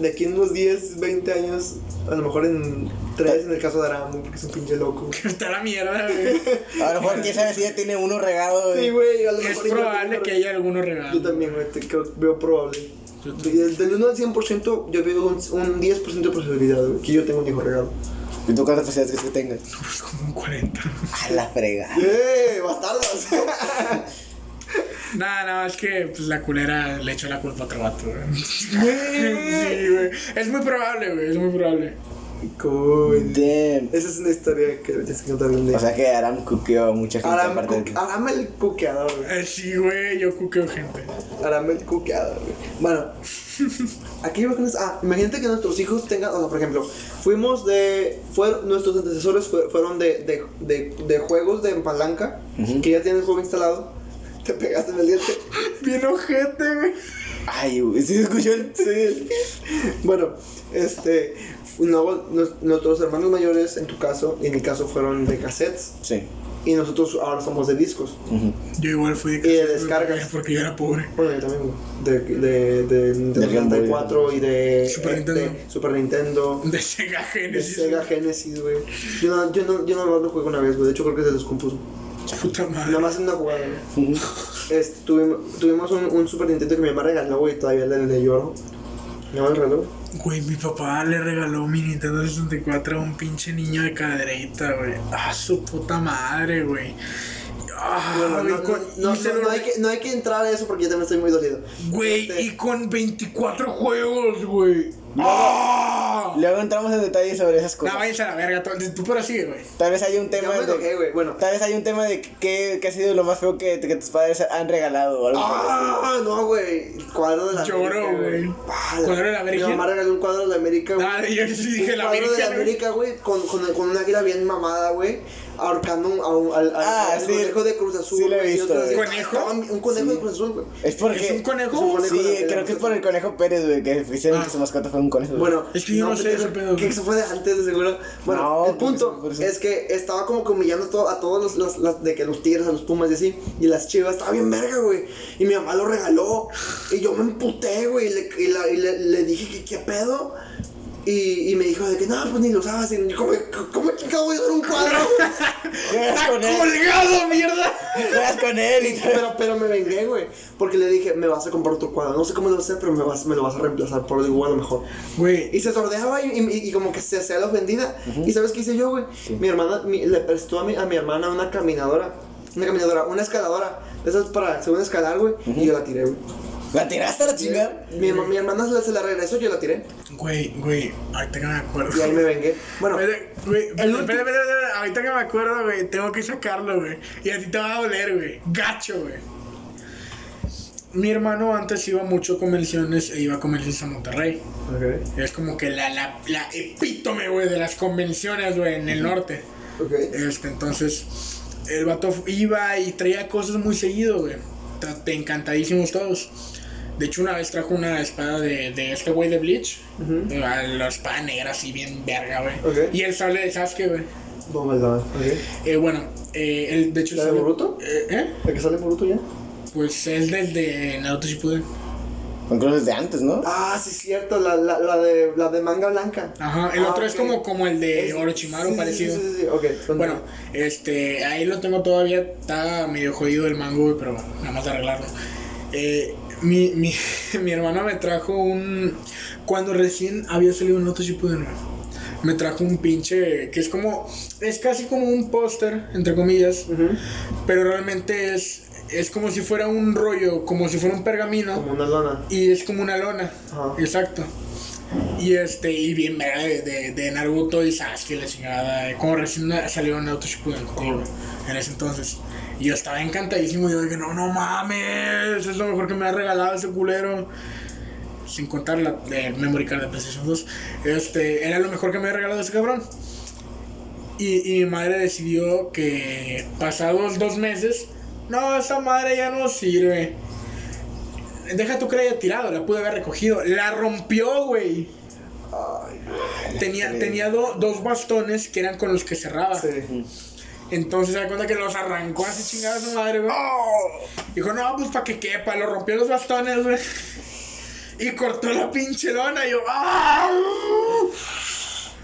Speaker 1: de aquí en unos 10, 20 años, a lo mejor en 3 en el caso de Aramu, porque es un pinche loco.
Speaker 3: Está la mierda, güey.
Speaker 2: A lo mejor, quién sabe si ya tiene uno regado,
Speaker 1: Sí,
Speaker 2: güey.
Speaker 1: güey, a lo
Speaker 3: Es
Speaker 1: mejor...
Speaker 3: probable que haya algunos
Speaker 1: Yo
Speaker 3: regalos.
Speaker 1: también, güey, te- creo- veo probable.
Speaker 3: Yo también.
Speaker 1: Del, del 1 al 100% yo veo un, un 10% de posibilidad, güey, que yo tengo un hijo regalo.
Speaker 2: ¿Y tú cuántas facilidades crees que tengas?
Speaker 3: Pues como un 40.
Speaker 2: A la frega.
Speaker 1: ¡Eh, bastardos!
Speaker 3: Nada, nada, es que pues, la culera le echó la culpa a otro vato, güey.
Speaker 1: Güey.
Speaker 3: Sí, güey. Es muy probable, güey. Es muy probable.
Speaker 1: Cool.
Speaker 2: Damn.
Speaker 1: Esa es una historia que tienes que contar un día.
Speaker 2: O sea que Aram cuqueó a mucha gente
Speaker 1: Aram,
Speaker 2: aparte de que-
Speaker 1: cu- Aram el cuqueador, güey.
Speaker 3: Eh, sí, güey. Yo cuqueo gente.
Speaker 1: Aram el cuqueador, güey. Bueno, aquí iba con esto. Ah, imagínate que nuestros hijos tengan, o sea, por ejemplo, fuimos de. Fueron, nuestros antecesores fue- fueron de, de, de, de juegos de palanca, que ya tienes juego instalado. Te pegaste en el diente.
Speaker 3: Bien ojete, güey.
Speaker 2: Ay, güey, ¿sí se escuchó el...
Speaker 1: Sí. Bueno, este. no, nos- nuestros hermanos mayores, en tu caso, y en mi caso, fueron de cassettes.
Speaker 2: Sí.
Speaker 1: Y nosotros ahora somos de discos.
Speaker 2: ujú.
Speaker 3: Yo igual fui de
Speaker 1: Y de
Speaker 3: güey,
Speaker 1: descargas.
Speaker 3: porque- Porque yo era pobre.
Speaker 1: Bueno, yo también, güey. De, de, de Nintendo
Speaker 2: Del Game Boy,
Speaker 1: 64 y de
Speaker 3: Super
Speaker 1: eh,
Speaker 3: Nintendo.
Speaker 1: de Super Nintendo,
Speaker 3: De Sega
Speaker 1: de
Speaker 3: Genesis.
Speaker 1: Sega Genesis, güey. Yo, no, yo, no, yo nada más lo juego una vez, güey. De hecho, creo que se descompuso.
Speaker 3: Puta madre.
Speaker 1: Nada más en una jugada, güey. Es- tuvimos tuvimos un, un Super Nintendo que mi mamá regaló, güey. y Todavía le, le lloro. Mi mamá le regaló.
Speaker 3: Güey, mi papá le regaló mi Nintendo 64 a un pinche niño de cadereita, güey. Ah, su puta madre, güey. ah,
Speaker 1: Bueno,
Speaker 3: güey,
Speaker 1: no,
Speaker 3: con-
Speaker 1: no-
Speaker 3: y se
Speaker 1: no-
Speaker 3: lo-
Speaker 1: no hay que, no hay que entrar a eso porque yo también estoy muy dolido.
Speaker 3: Güey,
Speaker 1: Este-
Speaker 3: y con 24 juegos, güey. ¡Ah!
Speaker 2: Luego entramos en detalle sobre esas
Speaker 3: No,
Speaker 2: cosas.
Speaker 3: váyanse a la verga, to- tú por así, güey.
Speaker 2: Tal vez hay un tema
Speaker 1: me
Speaker 2: de.
Speaker 1: enojé, güey, bueno.
Speaker 2: Tal vez hay un tema de qué, qué ha sido lo más feo que, que tus padres han regalado o algo parecido.
Speaker 1: Ah, no, güey. El Cuadro de la
Speaker 3: Lloro,
Speaker 1: América.
Speaker 3: güey.
Speaker 1: Ah, la-
Speaker 3: Cuadro de la Virgen.
Speaker 1: Mi mamá regaló un cuadro de la América, güey.
Speaker 3: Ah, yo sí dije
Speaker 1: un
Speaker 3: la
Speaker 1: cuadro de
Speaker 3: Virgen, eh".
Speaker 1: la
Speaker 3: güey.
Speaker 1: América, güey, con, con, con una águila bien mamada, güey, ahorcando un- a un, al, al-
Speaker 2: Ah,
Speaker 1: al
Speaker 2: sí.
Speaker 1: conejo de Cruz Azul.
Speaker 2: Sí lo he
Speaker 1: güey, y
Speaker 2: visto, eh.
Speaker 1: otro así,
Speaker 3: güey. ¿Conejo?
Speaker 1: estaban- Un conejo de Cruz Azul, güey.
Speaker 2: Es porque.
Speaker 3: ¿Es un conejo?
Speaker 1: Es un conejo
Speaker 2: Sí,
Speaker 1: de- de-
Speaker 2: creo que es por el conejo Pérez, güey, que hicieron que su mascota fue un conejo.
Speaker 1: Bueno,
Speaker 3: Es que yo no sé
Speaker 1: pero-
Speaker 3: ese pedo,
Speaker 1: Que
Speaker 3: güey.
Speaker 1: eso fue de antes, de seguro. Bueno,
Speaker 2: No,
Speaker 1: el
Speaker 2: porque
Speaker 1: punto
Speaker 2: eso- por eso-
Speaker 1: es que estaba como que humillando to- a todos los, los- las- de que los tigres, a los pumas y así. Y las chivas, estaba bien verga, güey. Y mi mamá lo regaló. Y yo me emputé, güey. Y le, y la- y le- le dije que qué pedo. Y, y me dijo de que no, pues ni lo usabas. Y yo, ¿cómo, cómo chingado voy a usar un cuadro?
Speaker 2: juegas
Speaker 3: ¡Está
Speaker 2: con él,
Speaker 3: ¡Ah, colgado, mierda!
Speaker 2: juegas con él y todo.
Speaker 1: pero, pero me vengué, güey. Porque le dije, me vas a comprar otro cuadro. No sé cómo lo sé, pero me, vas, me lo vas a reemplazar por algo igual o mejor.
Speaker 3: Güey,
Speaker 1: Y se sordeaba y, y- y como que se hacía la ofendida. ¿Y sabes qué hice yo, güey? Mi hermana mi- le prestó a mi, a mi hermana una caminadora. Una caminadora, una escaladora. De esas para, según escalar, güey. Y yo la tiré, güey.
Speaker 2: ¿La tiraste a la chingada?
Speaker 1: Mi, herma- mi hermana se la, se la regresó, yo la tiré.
Speaker 3: güey, güey, ahorita que me acuerdo.
Speaker 1: Y ahí me vengué. Bueno,
Speaker 3: Espérate, Güey,
Speaker 1: El
Speaker 3: espérate,
Speaker 1: último-
Speaker 3: espérate, espérate, ahorita que me acuerdo, güey, tengo que sacarlo, güey. Y a ti te va a doler, güey. Gacho, güey. Mi hermano antes iba mucho a convenciones e iba a convenciones a Monterrey.
Speaker 1: ok.
Speaker 3: Es como que la, la, la epítome, güey, de las convenciones, güey, en el norte.
Speaker 1: Ok.
Speaker 3: Este, entonces, el vato f- iba y traía cosas muy seguido, güey. Ta- Te encantadísimos todos. De hecho, una vez trajo una espada de, de este güey de Bleach. Eh, a La espada negra así bien verga, güey.
Speaker 1: Ok.
Speaker 3: Y el sable de Sasuke, güey.
Speaker 1: No me la ok.
Speaker 3: Eh, bueno, eh, el, de hecho... el
Speaker 1: ¿La de
Speaker 3: sable-
Speaker 1: Boruto?
Speaker 3: Eh, ¿eh?
Speaker 1: ¿La que sale Boruto ya?
Speaker 3: Pues es desde Naruto Shippuden.
Speaker 2: Incluso desde antes, ¿no?
Speaker 1: Ah, sí, cierto. La, la, la, de, la de manga blanca.
Speaker 3: Ajá, el
Speaker 1: Ah,
Speaker 3: otro es
Speaker 1: ok.
Speaker 3: como, como el de
Speaker 1: Es-
Speaker 3: Orochimaru
Speaker 1: sí, sí,
Speaker 3: parecido.
Speaker 1: Sí, sí, sí. Ok. continúa.
Speaker 3: Pues Bueno, este, ahí lo tengo todavía, está medio jodido el mango, güey, pero nada más de arreglarlo. Eh, mi, mi, mi hermana me trajo un... Cuando recién había salido un otro tipo de nuevo, me trajo un pinche... que es como... es casi como un póster, entre comillas,
Speaker 1: Ujú.
Speaker 3: pero realmente es... es como si fuera un rollo, como si fuera un pergamino.
Speaker 1: Como una lona.
Speaker 3: Y es como una lona.
Speaker 1: Ajá.
Speaker 3: Exacto. Y este, y bien verga de, de, de Naruto y Sasuke, la chingada. eh, Como recién na- salió Naruto Shippuden, te digo, en ese entonces. Y yo estaba encantadísimo. Yo dije, no, no mames, es lo mejor que me ha regalado ese culero. Sin contar la de Memory Card de PlayStation 2. Este, era lo mejor que me había regalado ese cabrón. Y, y mi madre decidió que pasados dos meses, no, esa madre ya no sirve. Deja tú que la haya tirado, la pude haber recogido. La rompió, güey.
Speaker 1: Ay,
Speaker 3: Tenía,
Speaker 2: creo.
Speaker 3: tenía do- dos bastones que eran con los que cerraba.
Speaker 1: sí.
Speaker 3: Entonces se da cuenta que los arrancó así chingados su madre, güey.
Speaker 1: ¡Oh!
Speaker 3: Dijo, no, pues para que quepa. Lo rompió los bastones, güey. Y cortó la pinche lona. Y yo, ¡ah!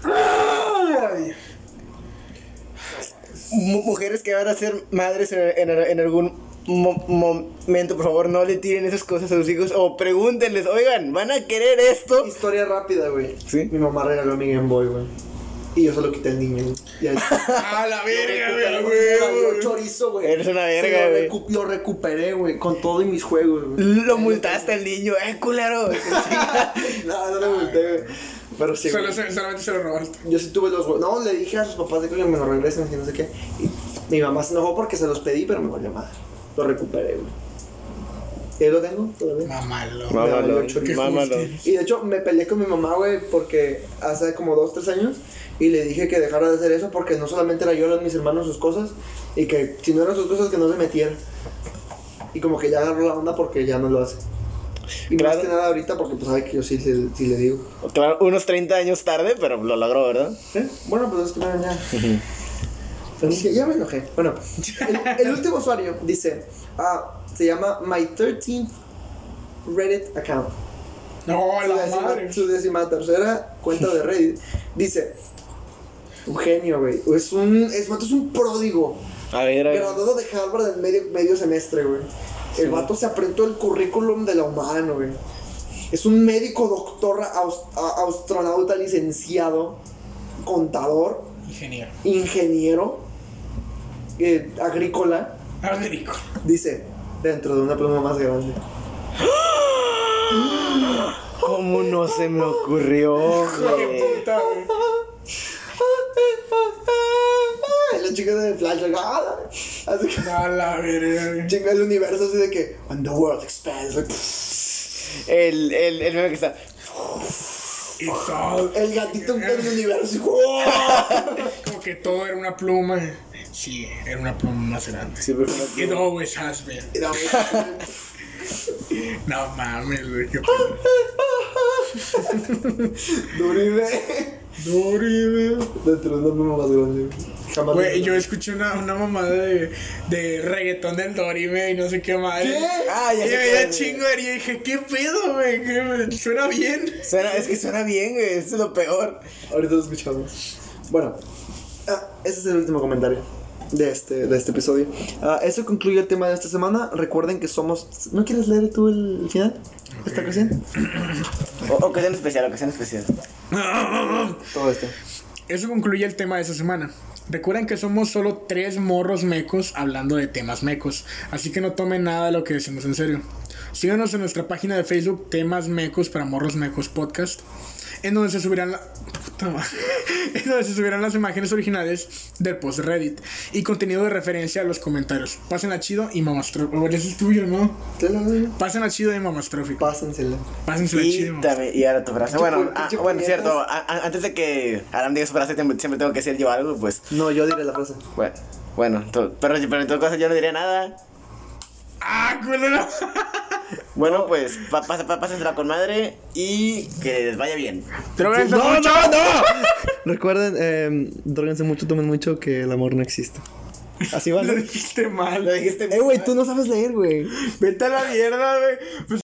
Speaker 3: ¡Ay!
Speaker 2: Mu- mujeres que van a ser madres en, en- en algún mo- momento, por favor, no le tiren esas cosas a sus hijos o pregúntenles, oigan, ¿van a querer esto?
Speaker 1: Historia rápida, güey.
Speaker 2: Sí.
Speaker 1: Mi mamá regaló mi Game Boy, güey. Y yo se lo quité al niño. güey. Y ahí-
Speaker 3: ¡A la verga,
Speaker 1: Lo
Speaker 3: güey!
Speaker 1: recuperé,
Speaker 3: güey!
Speaker 1: valió chorizo, güey.
Speaker 2: Eres una
Speaker 1: Se
Speaker 2: verga,
Speaker 1: lo
Speaker 2: güey.
Speaker 1: recu- Lo recuperé, güey, con todo y mis juegos, güey.
Speaker 2: Lo multaste al niño, eh, culero.
Speaker 1: no, no lo multé, güey. Pero sí,
Speaker 3: Solo
Speaker 1: güey.
Speaker 3: se- solamente se lo robaste.
Speaker 1: Yo sí tuve los... hue- No, le dije a sus papás de que "Oigan, me lo regresen, que no sé qué. Y mi mamá se enojó porque se los pedí, pero me valió madre. Lo recuperé, güey. ¿Y ahí lo tengo todavía?
Speaker 3: Mamalo.
Speaker 1: Mámalo,
Speaker 2: Mámalo,
Speaker 1: qué
Speaker 3: justo.
Speaker 2: mámalo.
Speaker 1: Y de hecho me peleé con mi mamá, güey, porque hace como dos, tres años y le dije que dejara de hacer eso porque no solamente era yo, eran mis hermanos sus cosas y que si no eran sus cosas que no se metiera. Y como que ya agarró la onda porque ya no lo hace. Y
Speaker 2: Claro.
Speaker 1: más que nada ahorita porque pues sabe que yo sí, sí- sí le digo.
Speaker 2: Claro, unos 30 años tarde, pero lo logró, ¿verdad?
Speaker 1: ¿Eh? Bueno, pues es que bueno, ya. Pues, ya- ya me enojé. Bueno, el, el último usuario dice, ah, se llama My 13th Reddit account.
Speaker 3: No,
Speaker 1: su,
Speaker 3: la
Speaker 1: décima,
Speaker 3: madre.
Speaker 1: su décima tercera cuenta de Reddit dice un genio güey es un es, vato es un pródigo
Speaker 2: A ver, a ver.
Speaker 1: graduado de Harvard en medio, medio semestre güey el vato se aprendió el currículum de la humana güey es un médico doctor aus- a- astronauta licenciado contador
Speaker 3: Ingeniero.
Speaker 1: ingeniero eh, agrícola
Speaker 3: A ver, Nico.
Speaker 1: Dice, dentro de una pluma más grande.
Speaker 2: ¿Cómo no se me ocurrió,
Speaker 3: Qué
Speaker 2: güey?
Speaker 3: puta, güey.
Speaker 1: La chica de Flash, like, ah, así que
Speaker 3: A la verga, güey.
Speaker 1: chinga el universo así de que, and the world expands. like,
Speaker 2: El, el, el meme que está.
Speaker 3: Y todo.
Speaker 1: el gatito del universo. ¡guau!
Speaker 3: Como que todo era una pluma. Sí, era una pluma más grande.
Speaker 2: Siempre fue una-
Speaker 3: It always has been.
Speaker 1: Y la otra,
Speaker 3: No mames, güey. Qué pena.
Speaker 1: Dorime.
Speaker 3: Dorime.
Speaker 1: Dentro de una pluma más grande. Jamás.
Speaker 3: Güey, yo escuché una, una mamada de, de reggaetón del Dorime y no sé qué madre.
Speaker 1: ¿Qué?
Speaker 2: Ah,
Speaker 3: Y
Speaker 2: ya
Speaker 3: yo
Speaker 2: sé
Speaker 3: veía
Speaker 2: cuál,
Speaker 3: chingo y dije, ¿qué pedo, güey? ¿Qué- Suena bien.
Speaker 2: Suena, es que suena bien, güey. Eso es lo peor.
Speaker 1: Ahorita lo escuchamos. Bueno, ah, ese es el último comentario de este, de este episodio. Ah, eso concluye el tema de esta semana. Recuerden que somos. ¿No quieres leer tú el final? ¿Esta ocasión?
Speaker 2: O, ocasión especial, ocasión especial.
Speaker 1: Todo esto.
Speaker 3: Eso concluye el tema de esta semana. Recuerden que somos solo tres morros mecos hablando de temas mecos, así que no tomen nada de lo que decimos en serio. Síganos en nuestra página de Facebook Temas Mecos para Morros Mecos Podcast, en donde se subirán la- puta madre. en donde se subirán las imágenes originales del post de Reddit y contenido de referencia a los comentarios. Pásenla chido y mamastrófico. Ese es tuyo, hermano.
Speaker 1: Te la doy.
Speaker 3: Pásenla chido y mamastrófico.
Speaker 1: Pásensela.
Speaker 3: Pásensela
Speaker 2: Y,
Speaker 3: chido. y mamastrófico.
Speaker 2: también, y ahora tu frase.
Speaker 1: Pinche
Speaker 2: Bueno,
Speaker 1: pu-
Speaker 2: ah,
Speaker 1: pinche
Speaker 2: bueno,
Speaker 1: puñetas.
Speaker 2: cierto. a- a- antes de que Aram diga su frase, tem- siempre tengo que decir yo algo, pues.
Speaker 1: No, yo diré la frase.
Speaker 2: Bueno, bueno to- pero, pero en todo caso yo no diría nada.
Speaker 3: ¡Ah, culero!
Speaker 2: Bueno, pues pa, pasa- pa- pásensela con madre y que les vaya bien.
Speaker 3: Droguense mucho.
Speaker 1: Recuerden, eh, mucho, tomen mucho, que el amor no existe. Así va.
Speaker 3: Lo dijiste mal.
Speaker 2: Lo dijiste
Speaker 1: Eh, güey, tú no sabes leer, güey.
Speaker 3: Vete a la mierda, güey. Pues